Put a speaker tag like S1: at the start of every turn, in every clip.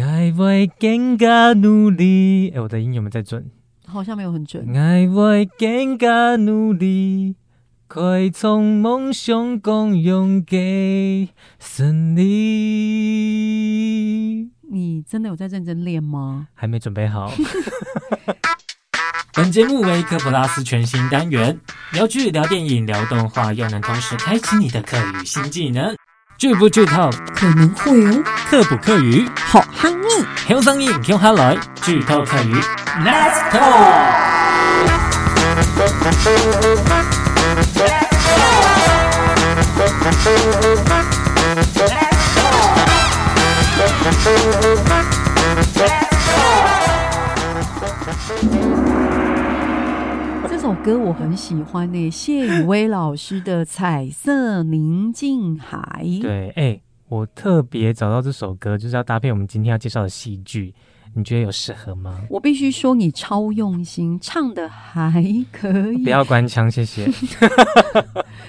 S1: 爱会更加努力。哎、我的音有没有在准？
S2: 好像没有很准。
S1: 爱会更加努力，快从梦想共勇给胜利。
S2: 你真的有在认真练吗？
S1: 还没准备 好。本节目为科普拉斯全新单元，聊剧、聊电影、聊动画，又能同时开启你的课语新技能。剧不剧透，
S2: 可能会哦。
S1: 课不课语，
S2: 好憨意，
S1: 听声音听下来，剧透课语，Let's go！
S2: 这首歌我很喜欢呢、谢雨薇老师的《彩色宁静海》。
S1: 对，哎、我特别找到这首歌，就是要搭配我们今天要介绍的戏剧，你觉得有适合吗？
S2: 我必须说，你超用心，唱的还可以
S1: 不。要关腔，谢 谢。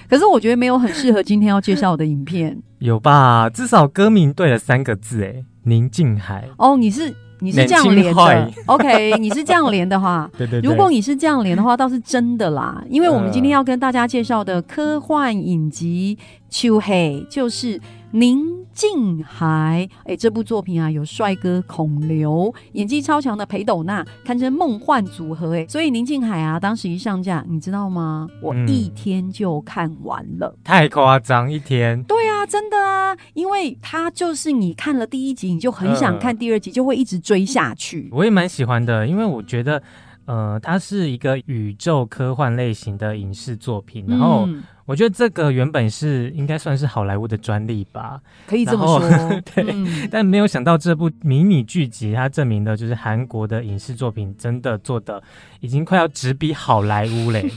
S2: 可是我觉得没有很适合今天要介绍的影片
S1: 有吧？至少歌名对了三个字，哎，宁静海。
S2: 哦。你是你是这样连
S1: 冷静坏
S2: 的，OK？你是这样连的话，
S1: 对对对。
S2: 如果你是这样连的话，倒是真的啦，因为我们今天要跟大家介绍的科幻影集《秋黑》就是《宁静海》。哎，这部作品啊，有帅哥孔刘，演技超强的裴斗娜，堪称梦幻组合。哎，所以《宁静海》啊，当时一上架，你知道吗？我
S1: 嗯
S2: 一天就看完了。
S1: 太夸张，一天
S2: 对啊，真的啊，因为它就是你看了第一集，你就很
S1: 嗯
S2: 想看第二集，就会一直追下去。
S1: 我也蛮喜欢的，因为我觉得，呃，它是一个宇宙科幻类型的影视作品，然后
S2: 嗯、
S1: 我觉得这个原本是应该算是好莱坞的专利吧，
S2: 可以这么说，
S1: 对
S2: 嗯
S1: 但没有想到这部迷你剧集，它证明的就是韩国的影视作品真的做的已经快要直逼好莱坞 嘞。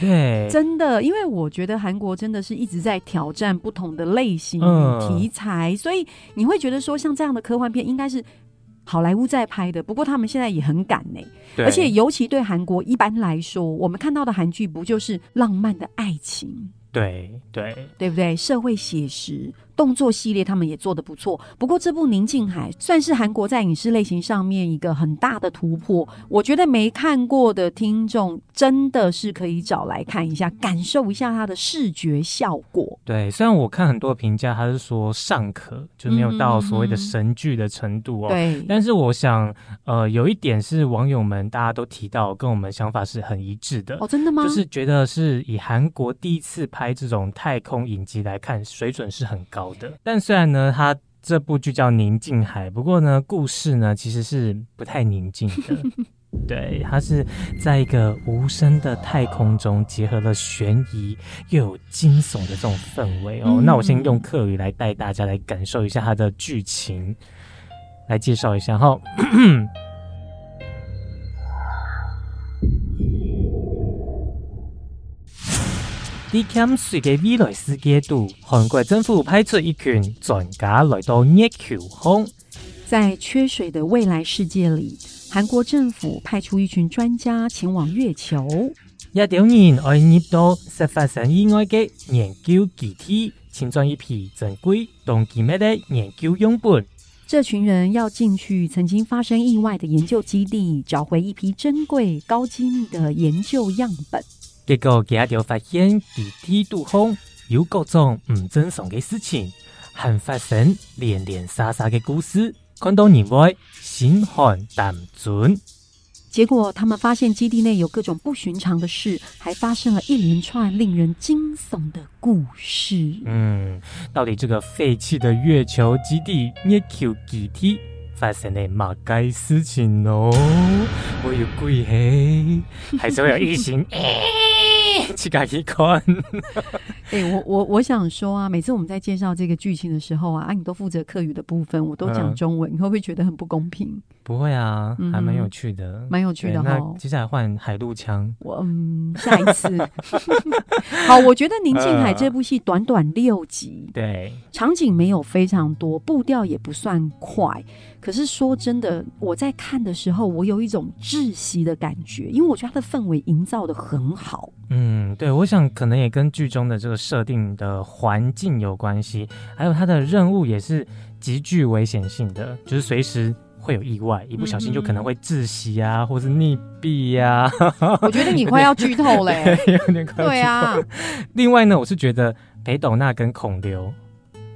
S1: 对，
S2: 真的，因为我觉得韩国真的是一直在挑战不同的类型、
S1: 嗯
S2: 题材，所以你会觉得说，像这样的科幻片应该是。好莱坞在拍的，不过他们现在也很赶呢、
S1: 对
S2: 而且尤其对韩国，一般来说，我们看到的韩剧不就是浪漫的爱情，
S1: 对对，
S2: 对不对？社会写实、动作系列他们也做得不错。不过这部《宁静海》算是韩国在影视类型上面一个很大的突破，我觉得没看过的听众真的是可以找来看一下，感受一下它的视觉效果。
S1: 对，虽然我看很多评价，他是说尚可，就没有到所谓的神剧的程度哦。
S2: 对，
S1: 但是我想，呃，有一点是网友们大家都提到，跟我们想法是很一致的，
S2: 哦，真的吗？
S1: 就是觉得是以韩国第一次拍这种太空影集来看，水准是很高的。但虽然呢，它这部剧叫《宁静海》，不过呢，故事呢其实是不太宁静的。对，它是在一个无声的太空中，结合了悬疑又有惊悚的这种氛围哦。
S2: 嗯
S1: 那我先用客语来带大家来感受一下它的剧情，来介绍一下哈、伫减税嘅未来世界度，韩国政府派出一群专家来到月球方。
S2: 在缺水的未来世界里，韩国政府派出一群专家前往月球。
S1: 一条人爱入到实发生意外嘅研究基地，请装一批珍贵当期末的研究样本。
S2: 这群人要进去曾经发生意外的研究基地，找回一批珍贵、高机密的研究样本。
S1: 结果佢就发现基地度方有各种唔正常嘅事情，还发生连连杀杀嘅故事，看到人外心寒胆准。
S2: 结果他们发现基地内有各种不寻常的事，还发生了一连串令人惊悚的故事。
S1: 嗯，到底这个废弃的月球基地月球基地发生了哪该事情哦？我有鬼嘿，还是会有异 形？去家去看。
S2: 哎、我我我想说啊，每次我们在介绍这个剧情的时候啊，啊，你都负责客语的部分，我都讲
S1: 嗯
S2: 中文，你会不会觉得很不公平？
S1: 不会啊，
S2: 嗯
S1: 还蛮有趣的，
S2: 蛮有趣的
S1: 对
S2: 哦
S1: 哎那接下来换海陆枪，
S2: 我嗯，下一次。 好，我觉得《宁静海》
S1: 嗯
S2: 这部戏短短六集，
S1: 对，
S2: 场景没有非常多，步调也不算快。可是说真的，我在看的时候，我有一种窒息的感觉，因为我觉得它的氛围营造的很 好。
S1: 嗯，对，我想可能也跟剧中的这个设定的环境有关系，还有它的任务也是极具危险性的，就是随时。会有意外，一不小心就可
S2: 嗯
S1: 能会窒息啊，或是溺毙呀、
S2: 我觉得你快要剧透嘞、
S1: 有点快。
S2: 对啊，
S1: 另外呢，我是觉得裴斗娜跟孔刘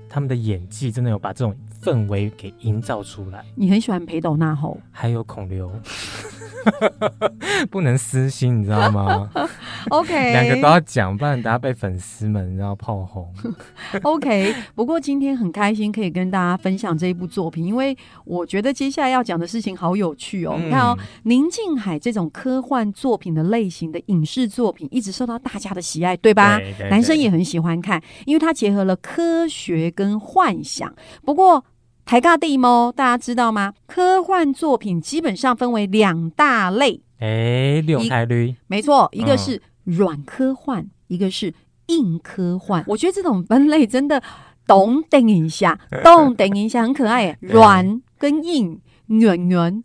S1: 他们的演技真的有把这种氛围给营造出来，
S2: 你很喜欢裴斗娜吼
S1: 还有孔刘 不能私心，你知道 吗？
S2: ，OK，
S1: 两个都要讲，不然等下被粉丝们然后炮轰。
S2: OK，不过今天很开心可以跟大家分享这一部作品，因为我觉得接下来要讲的事情好有趣
S1: 嗯
S2: 哦。你看哦，宁静海这种科幻作品的类型的影视作品，一直受到大家的喜爱，对吧？
S1: 对对
S2: 男生
S1: 哎对
S2: 也很喜欢看，因为它结合了科学跟幻想。不过。台尬地猫，大家知道吗？科幻作品基本上分为两大类，
S1: 哎，六台驴
S2: 没错，一个
S1: 嗯
S2: 是软科幻，一个是硬科幻。我觉得这种分类真的懂等 一下，懂等一下，很可爱耶。
S1: 对
S2: 软跟硬，圆圆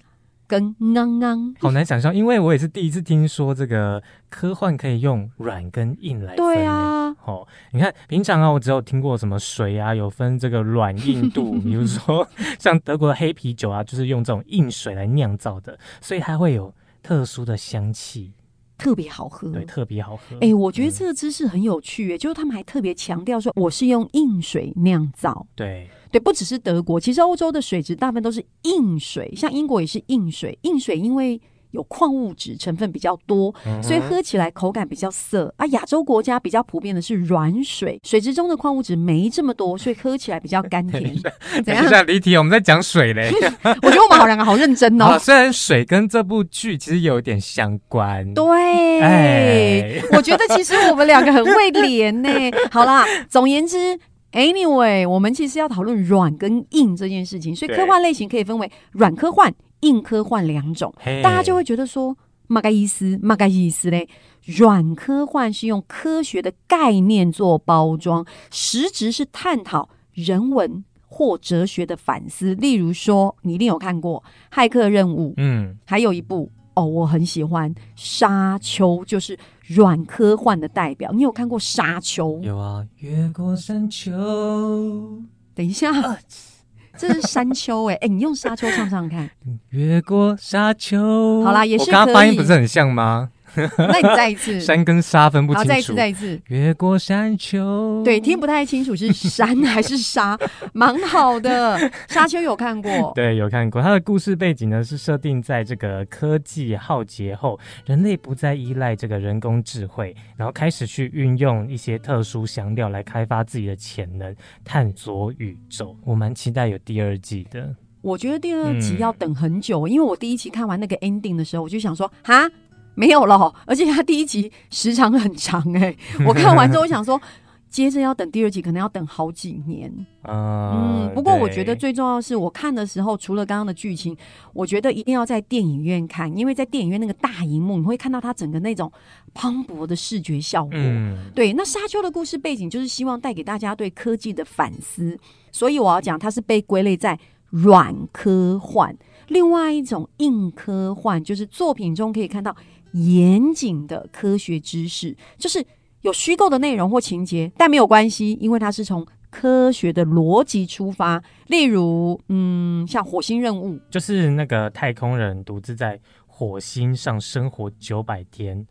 S2: 跟刚刚。
S1: 好难想象，因为我也是第一次听说这个科幻可以用软跟硬来分。
S2: 对。啊，
S1: 哦，你看，平常啊，我只有听过什么水啊，有分这个软硬度，比如说 像德国的黑啤酒啊，就是用这种硬水来酿造的，所以它会有特殊的香气，
S2: 特别好喝。
S1: 对，特别好喝。
S2: 哎、我觉得这个知识很有趣耶，就是他们还特别强调说，我是用硬水酿造，
S1: 对，
S2: 对，不只是德国，其实欧洲的水质大部分都是硬水，像英国也是硬水，硬水因为有矿物质成分比较多，
S1: 嗯哼
S2: 所以喝起来口感比较涩啊。亚洲国家比较普遍的是软水，水质中的矿物质没这么多，所以喝起来比较甘甜。怎 样
S1: 等一？下离题，我们在讲水 嘞。
S2: 我觉得我们好两个好认真
S1: 好，
S2: 哦。
S1: 虽然水跟这部剧其实有一点相关，
S2: 对，
S1: 哎
S2: 我觉得其实我们两个很会连呢、好啦，总言之。Anyway，我们其实要讨论软跟硬这件事情，所以
S1: 对
S2: 科幻类型可以分为软科幻、硬科幻两种。
S1: 嘿
S2: 大家就会觉得说，马盖伊斯，马盖伊斯嘞，软科幻是用科学的概念做包装，实质是探讨人文或哲学的反思。例如说，你一定有看过《骇客任务》，
S1: 嗯，
S2: 还有一部哦，我很喜欢《沙丘》，就是软科幻的代表。你有看过《沙丘》？
S1: 有啊，越过山丘，
S2: 等一下， 这是山丘哎、哎、你用《沙丘》唱 唱看，
S1: 越过沙丘。
S2: 好啦也是
S1: 我刚刚
S2: 可
S1: 发音
S2: 以
S1: 不是很像吗？
S2: 那你再一次，
S1: 山跟沙分不
S2: 好，
S1: 清
S2: 再一
S1: 楚
S2: 次，。再一次。
S1: 越过山丘，
S2: 对，听不太清楚是山还 是沙，蛮好的。沙丘有看过，
S1: 对，有看过。它的故事背景呢是设定在这个科技浩劫后，人类不再依赖这个人工智慧，然后开始去运用一些特殊香料来开发自己的潜能，探索宇宙。我蛮期待有第二季的。
S2: 我觉得第二集
S1: 嗯
S2: 要等很久，因为我第一集看完那个 ending 的时候，我就想说，哈，没有了。而且它第一集时长很长哎、 我看完之后我想说。接着要等第二集，可能要等好几年。
S1: 嗯
S2: 嗯，不过我觉得
S1: 对
S2: 最重要的是，我看的时候，除了刚刚的剧情，我觉得一定要在电影院看，因为在电影院那个大荧幕，你会看到它整个那种磅礴的视觉效果。
S1: 嗯，
S2: 对，那沙丘的故事背景就是希望带给大家对科技的反思，所以我要讲它是被归类在软科幻。另外一种硬科幻，就是作品中可以看到严谨的科学知识，就是有虚构的内容或情节，但没有关系，因为它是从科学的逻辑出发。例如，嗯，像火星任务，
S1: 就是那个太空人独自在火星上生活九百天，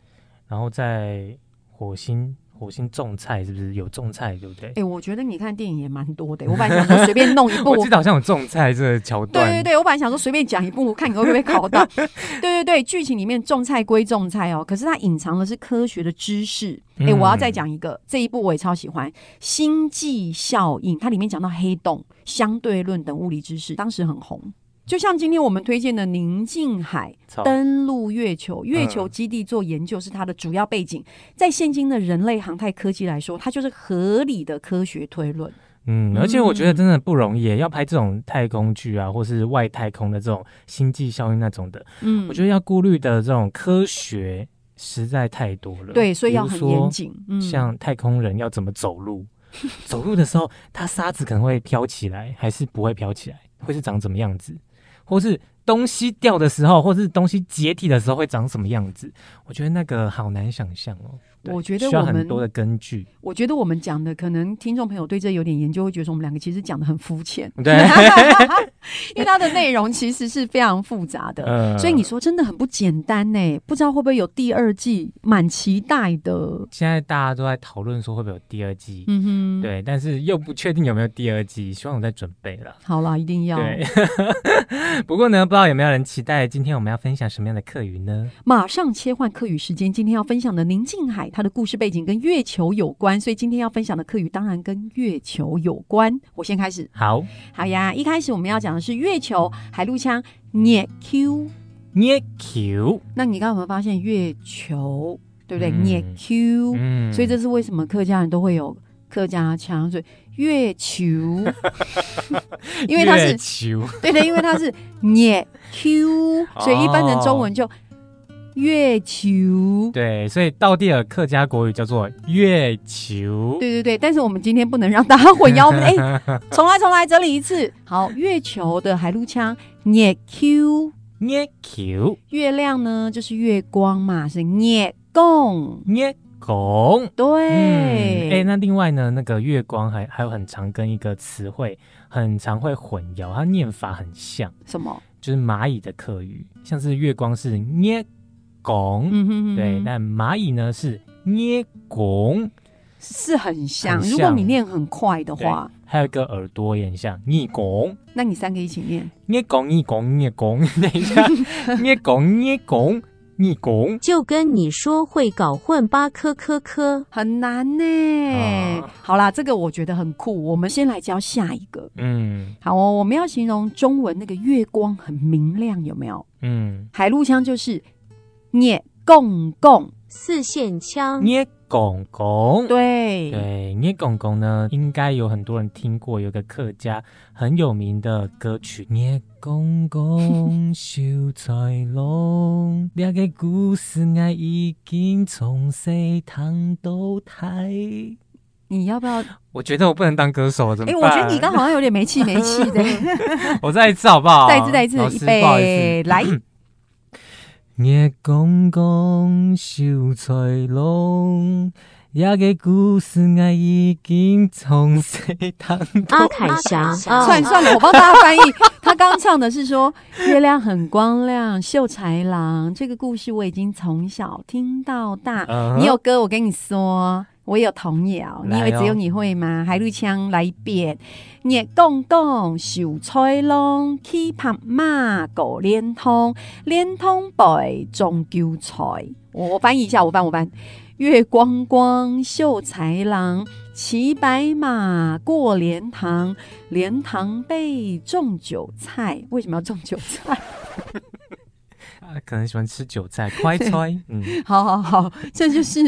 S1: 然后在火星火星种菜，是不是有种菜，对不对？
S2: 哎、我觉得你看电影也蛮多的、我本来想说随便弄一 部，
S1: 我记得好像有种菜这个桥段，
S2: 对对对，我本来想说随便讲一部，看你会不会被 考到。对对对，剧情里面种菜归种菜哦，可是它隐藏的是科学的知识。哎、
S1: 嗯
S2: 我要再讲一个，这一部我也超喜欢，《星际效应》，它里面讲到黑洞、相对论等物理知识，当时很红。就像今天我们推荐的宁静海
S1: 草
S2: 登陆月球，
S1: 嗯
S2: 月球基地做研究是它的主要背景。在现今的人类航太科技来说，它就是合理的科学推论。
S1: 嗯，而且我觉得真的不容易耶，要拍这种太空剧啊，或是外太空的这种星际效应那种的，
S2: 嗯
S1: 我觉得要顾虑的这种科学实在太多了。
S2: 对，所以要
S1: 比如
S2: 很
S1: 说
S2: 严谨。嗯，
S1: 像太空人要怎么走路，走路的时候，他沙子可能会飘起来，还是不会飘起来，会是长怎么样子，或是东西掉的时候，或是东西解体的时候会长什么样子，我觉得那个好难想象哦。对
S2: 我觉得
S1: 需要
S2: 我们
S1: 很多的根据，
S2: 我觉得我们讲的，可能听众朋友对这有点研究，会觉得说我们两个其实讲的很肤浅，
S1: 对
S2: 因为它的内容其实是非常复杂的。
S1: 呃
S2: 所以你说真的很不简单呢，不知道会不会有第二季，蛮期待的。
S1: 现在大家都在讨论说会不会有第二季，
S2: 嗯哼，，
S1: 对，但是又不确定有没有第二季，希望我在准备了。
S2: 好啦，一定要
S1: 对， 不过呢，不知道有没有人期待今天我们要分享什么样的课语呢？
S2: 马上切换课语时间。今天要分享的宁静海，它的故事背景跟月球有关，所以今天要分享的课语当然跟月球有关。我先开始，
S1: 好，
S2: 好呀，一开始我们要讲的是月球海陆腔捏 Q。
S1: 捏 Q，
S2: 那你刚刚有没有发现月球，对不对？
S1: 嗯
S2: 捏 Q，、
S1: 嗯
S2: 所以这是为什么客家人都会有客家腔，所以月 球，因为它
S1: 月
S2: 是
S1: 球，
S2: 对的，因为它是捏 Q，所
S1: 哦
S2: 以一般人中文就月球。
S1: 对，所以道地尔客家国语叫做月球，
S2: 对对对，但是我们今天不能让大家混淆。我 们哎，重来重来，整理一次。好，月球的海陆腔捏 Q，
S1: 捏 Q，
S2: 月亮呢就是月光嘛，是捏贡。
S1: 捏拱。
S2: 对，
S1: 嗯，哎，那另外呢，那个月光还还有很常跟一个词汇很常会混淆，它念法很像，
S2: 什么？
S1: 就是蚂蚁的客语，像是月光是捏拱，
S2: 嗯哼哼哼
S1: 对，但蚂蚁呢是捏拱，
S2: 是很像。
S1: 很
S2: 如果
S1: 像
S2: 你念很快的话，
S1: 还有一个耳朵也很像捏拱，
S2: 那你三个一起念。
S1: 捏拱捏拱捏拱，等一下，捏拱捏拱捏拱，
S3: 就跟你说会搞混吧，科科科。
S2: 很难呢、
S1: 啊
S2: 好啦，这个我觉得很酷。我们先来教下一个。
S1: 嗯
S2: 好哦，我们要形容中文那个月光很明亮，有没有？
S1: 嗯，
S2: 海陆腔就是捏共共，
S3: 四线腔，
S1: 捏拱拱。
S2: 对，
S1: 对，捏拱拱呢，应该有很多人听过，有个客家很有名的歌曲《捏拱拱秀才郎》，两个故事我已经从细谈到台。
S2: 你要不要？
S1: 我觉得我不能当歌手，怎
S2: 哎、
S1: 么
S2: 我
S1: 办？
S2: 觉得你刚好像有点没气没气 的。
S1: 我再一次好不好？
S2: 再一次，再一次
S1: 哦老，
S2: 预
S1: 师不好意
S2: 备，
S1: 思。
S2: 来，
S1: 聂公公秀才郎，也个故事我已经从谁谈
S3: 阿凯翔，
S2: 啊算了算了，我帮大家翻译。他刚唱的是说月亮很光亮，秀才郎这个故事我已经从小听到大。
S1: 嗯
S2: 你有歌，我跟你说，我有童谣，你以为
S1: 来哦
S2: 只有你会吗？海陆腔来一遍，聂公公秀才郎，去拍马狗连通，连通背中韭菜。我我翻译一下，我翻我翻。月光光，秀才郎，骑白马过莲塘，莲塘被种韭菜。为什么要种韭菜？
S1: 啊可能喜欢吃韭菜，快 猜。嗯，
S2: 好好好，这就是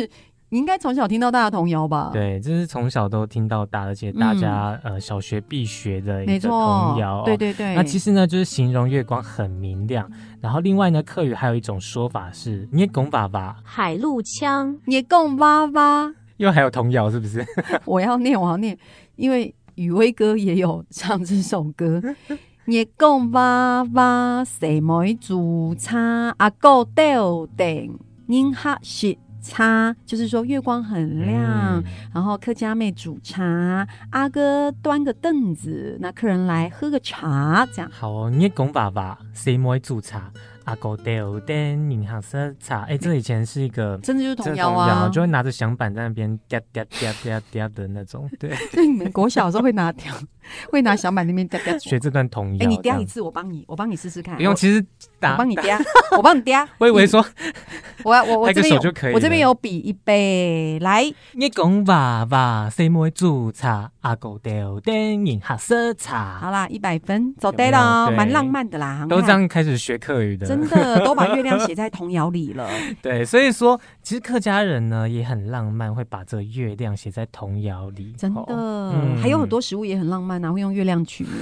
S2: 你应该从小听到大的童谣吧？，
S1: 对，这是从小都听到大，而且大家、呃小学必学的一
S2: 嗯没
S1: 个
S2: 错
S1: 童谣。，
S2: 对。对对。
S1: 那其
S2: 实
S1: 实呢，就是形容月光很明亮。然后另外呢，客语还有一种说法是“捏拱粑粑
S3: 海陆腔，
S2: 你共哇哇，”，
S1: 又还有童谣是不是？
S2: 我要念，我要念，因为雨薇哥也有唱这首歌。你共哇哇，谁买煮餐啊？够吊顶，您哈是叉，就是说月光很亮。
S1: 嗯
S2: 然后客家妹煮茶，阿哥端个凳子，那客人来喝个茶，这样。
S1: 好、哦，你拱爸爸，谁莫煮茶？啊阿狗豆灯，银行色 茶。哎，这以前是一个
S2: 真的就是童
S1: 这
S2: 谣
S1: 种
S2: 啊！
S1: 就会拿着响板在那边嗲嗲嗲嗲嗲的那 种。对，
S2: 就你们国小的时候会拿条，会拿小板那边嗲嗲
S1: 学
S2: 嘴。
S1: 这段童
S2: 哎，
S1: 谣。
S2: 你
S1: 这
S2: 嗲
S1: 样
S2: 一次，我帮你，我帮你试试看。
S1: 不用，
S2: 我
S1: 其实
S2: 我
S1: 打
S2: 帮你嗲，我帮你嗲。
S1: 我以为说
S2: 我我我
S1: 拍
S2: 这
S1: 个手
S2: 边有，
S1: 就可以了。
S2: 我这边有笔一杯，来，
S1: 你拱爸爸，谁莫煮茶？啊阿狗豆灯，银行色茶。
S2: 好啦，一百分，走
S1: 有没
S2: 对
S1: 有
S2: 了，
S1: 对
S2: 蛮浪漫的啦。
S1: 都
S2: 很好
S1: 这，样开始学课语的，
S2: 真的都把月亮写在童谣里 了。
S1: 对，所以说其实客家人呢也很浪漫，会把这个月亮写在童谣里，
S2: 真的，
S1: 哦嗯
S2: 还有很多食物也很浪漫啊，会用月亮取名。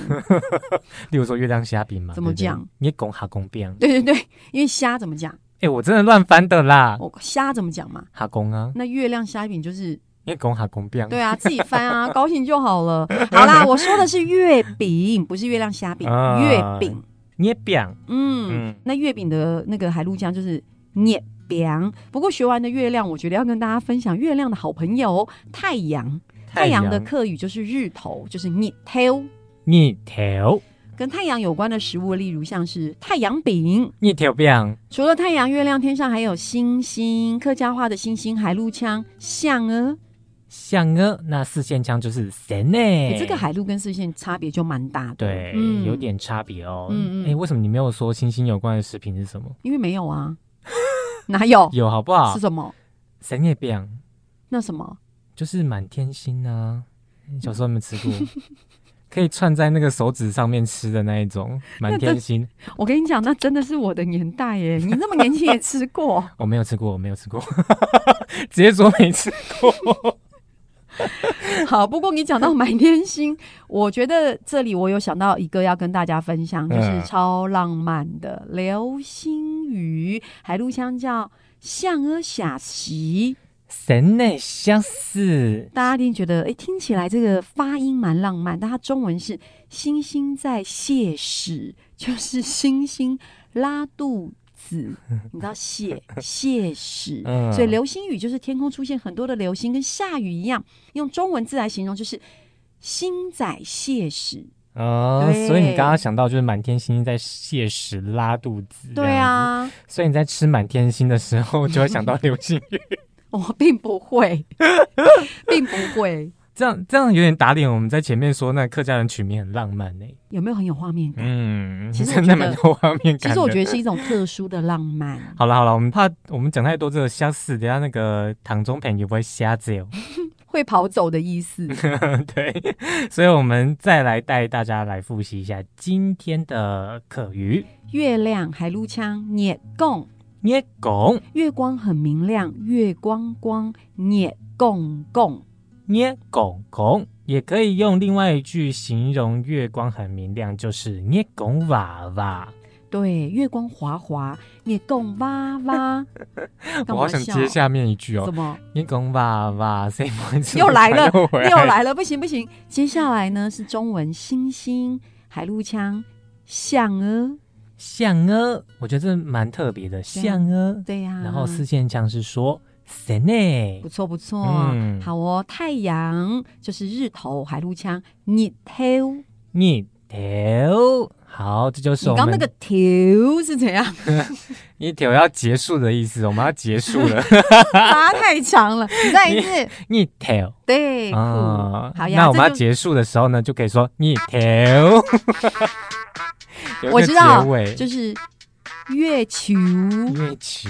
S1: 例如说月亮虾饼嘛，
S2: 怎么
S1: 对不对
S2: 讲？
S1: 你拱哈拱变，哎、
S2: 对对对，因为虾怎么讲？
S1: 我真的乱翻的啦，
S2: 我虾怎么讲嘛？
S1: 哈拱啊，
S2: 那月亮虾饼就是
S1: 你拱哈拱变，
S2: 对啊，自己翻啊， 高兴就好了。好啦，我说的是月饼，不是月亮虾饼，
S1: 啊
S2: 月饼。
S1: 捏饼，
S2: 嗯，
S1: 嗯，
S2: 那月饼的那个海陆酱就是捏饼。不过学完的月亮，我觉得要跟大家分享月亮的好朋友哦太阳。
S1: 嗯
S2: 太阳的客语就是日头，就是日头。
S1: 捏条，
S2: 跟太阳有关的食物，例如像是太阳饼。
S1: 捏条饼，
S2: 除了太阳、月亮，天上还有星星。客家话的星星、海陆哦腔、象儿，
S1: 像啊，那四线腔就是神呢、
S2: 诶这个海陆跟视线差别就蛮大的。
S1: 对，
S2: 嗯
S1: 有，点差别哦。
S2: 嗯嗯
S1: 嗯哎、为什么你没有说星星有关的食品是什么？
S2: 因为没有啊，哪 有？
S1: 有好不好
S2: 哦是？什么？
S1: 神也饼
S2: 那什么？
S1: 就是满天星啊，你小时候有没有吃过？ 可以串在那个手指上面吃的那一 种满天星，
S2: 我跟你讲，那真的是我的年代耶！你那么年轻也吃过。
S1: 我哦没有吃过，我没有吃过， 直接说没吃过。
S2: 好，不过你讲到满天星，我觉得这里我有想到一个要跟大家分享，就是
S1: 嗯
S2: 超浪漫的流星雨，海陆腔叫象阿下席。
S1: 神呢，相似
S2: 大家一定觉得，哎，听起来这个发音蛮浪漫，但它中文是“星星在泄屎”， 就是星星拉肚 子，你知道泄泄屎，
S1: 嗯
S2: 所以流星雨就是天空出现很多的流星，跟下雨一样，用中文字来形容就是“星仔泄屎
S1: 哦
S2: 对，
S1: 所以你刚刚想到就是满天星在泄食拉肚子”。。
S2: 对，啊，
S1: 所以你在吃满天星的时候就会想到流星 雨，
S2: 我哦并不 会，并不会，
S1: 这样这样有点打脸我们在前面说那客家人取名很浪漫呢、
S2: 有没有很有画面感？
S1: 嗯，
S2: 其实我
S1: 真
S2: 觉
S1: 的
S2: 得
S1: 蛮有画面
S2: 其
S1: 感的。
S2: 实我觉得是一种特殊的浪漫。
S1: 好了好了，我们怕我们讲太多这个相似，等一下那个唐中平也不会瞎子哦。
S2: 会跑走的意思。
S1: 对，所以我们再来带大家来复习一下今天的课语。
S2: 月亮海陆腔捏贡，
S1: 捏拱
S2: 月光很明亮，月光光捏贡贡。
S1: 捏拱拱，也可以用另外一句形容月光很明亮，就是捏拱娃娃。
S2: 对，月光滑滑，捏贡哇 哇。干
S1: 我
S2: 嘛
S1: 好想
S2: 笑啊
S1: 接下面一句
S2: 怎
S1: 哦，
S2: 么
S1: 捏拱娃娃，谁不会吃
S2: 又来了
S1: 又回
S2: 又来了？不行不行，接下来呢是中文星星海陆腔响儿，
S1: 象啊，我觉得这蛮特别的
S2: 对啊
S1: 象啊。
S2: 对呀、
S1: 然后四线腔是说谁呢
S2: 不？错不错，
S1: 嗯
S2: 好哦。太阳就是日头，海陆腔你头，
S1: 你头好，这就是
S2: 你
S1: 我
S2: 刚
S1: 们
S2: 那个头是怎样？
S1: 你头要结束的意思，我们要结束了。
S2: 拉太长了，你再一次。
S1: 你头
S2: 对，酷，
S1: 啊，
S2: 好呀，
S1: 那我们要
S2: 这就
S1: 结束的时候呢，就可以说你 头。有一个
S2: 我知道
S1: 结尾
S2: 就是月球。
S1: 月球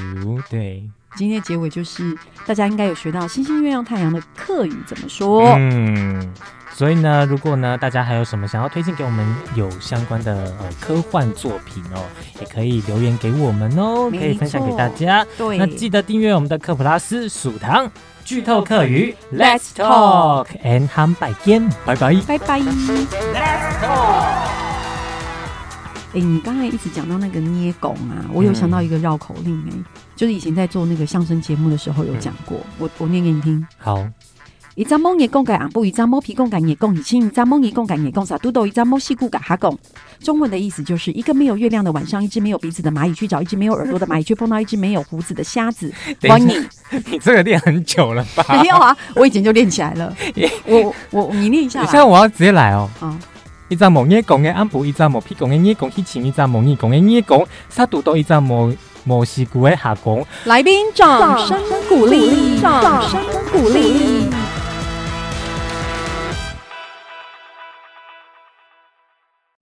S1: 对，
S2: 今天的结尾就是大家应该有学到星星、月亮、太阳的客语怎么说。
S1: 嗯。所以呢，如果呢大家还有什么想要推荐给我们有相关的呃科幻作品哦，也可以留言给我们哦，
S2: 没
S1: 可以分享给
S2: 错
S1: 大家。
S2: 对，
S1: 那记得订阅我们的科普拉斯鼠堂剧透课语
S2: Let's
S1: Let's Talk
S2: talk
S1: and 他们拜见，拜拜。
S2: 拜拜。哎、你刚才一直讲到那个捏拱啊，我有
S1: 嗯
S2: 想到一个绕口令哎、就是以前在做那个相声节目的时候有讲过，
S1: 嗯
S2: 我我念给你听。
S1: 好，
S2: 一张蒙也贡改昂布，一张摸皮贡改也贡以清，一张蒙也贡改也贡撒嘟豆，一张摸西固改哈贡。中文的意思就是一个没有月亮的晚上，一只没有鼻子的蚂蚁去找一只没有耳朵的蚂蚁，却碰到一只没有胡子的瞎子。
S1: 等一
S2: 你
S1: 下，你这个练很久了吧？
S2: 没有啊，我以前就练起来了
S1: 耶。
S2: 我我你念一下
S1: 你现
S2: 啦嗯
S1: 在。我要直接来哦。
S2: 好，
S1: 一张毛捏拱的暗部，一张毛屁拱的捏拱，一起一张毛捏拱的捏拱，杀毒到一张毛毛西骨的下拱。
S2: 来宾掌声鼓励，掌声鼓励。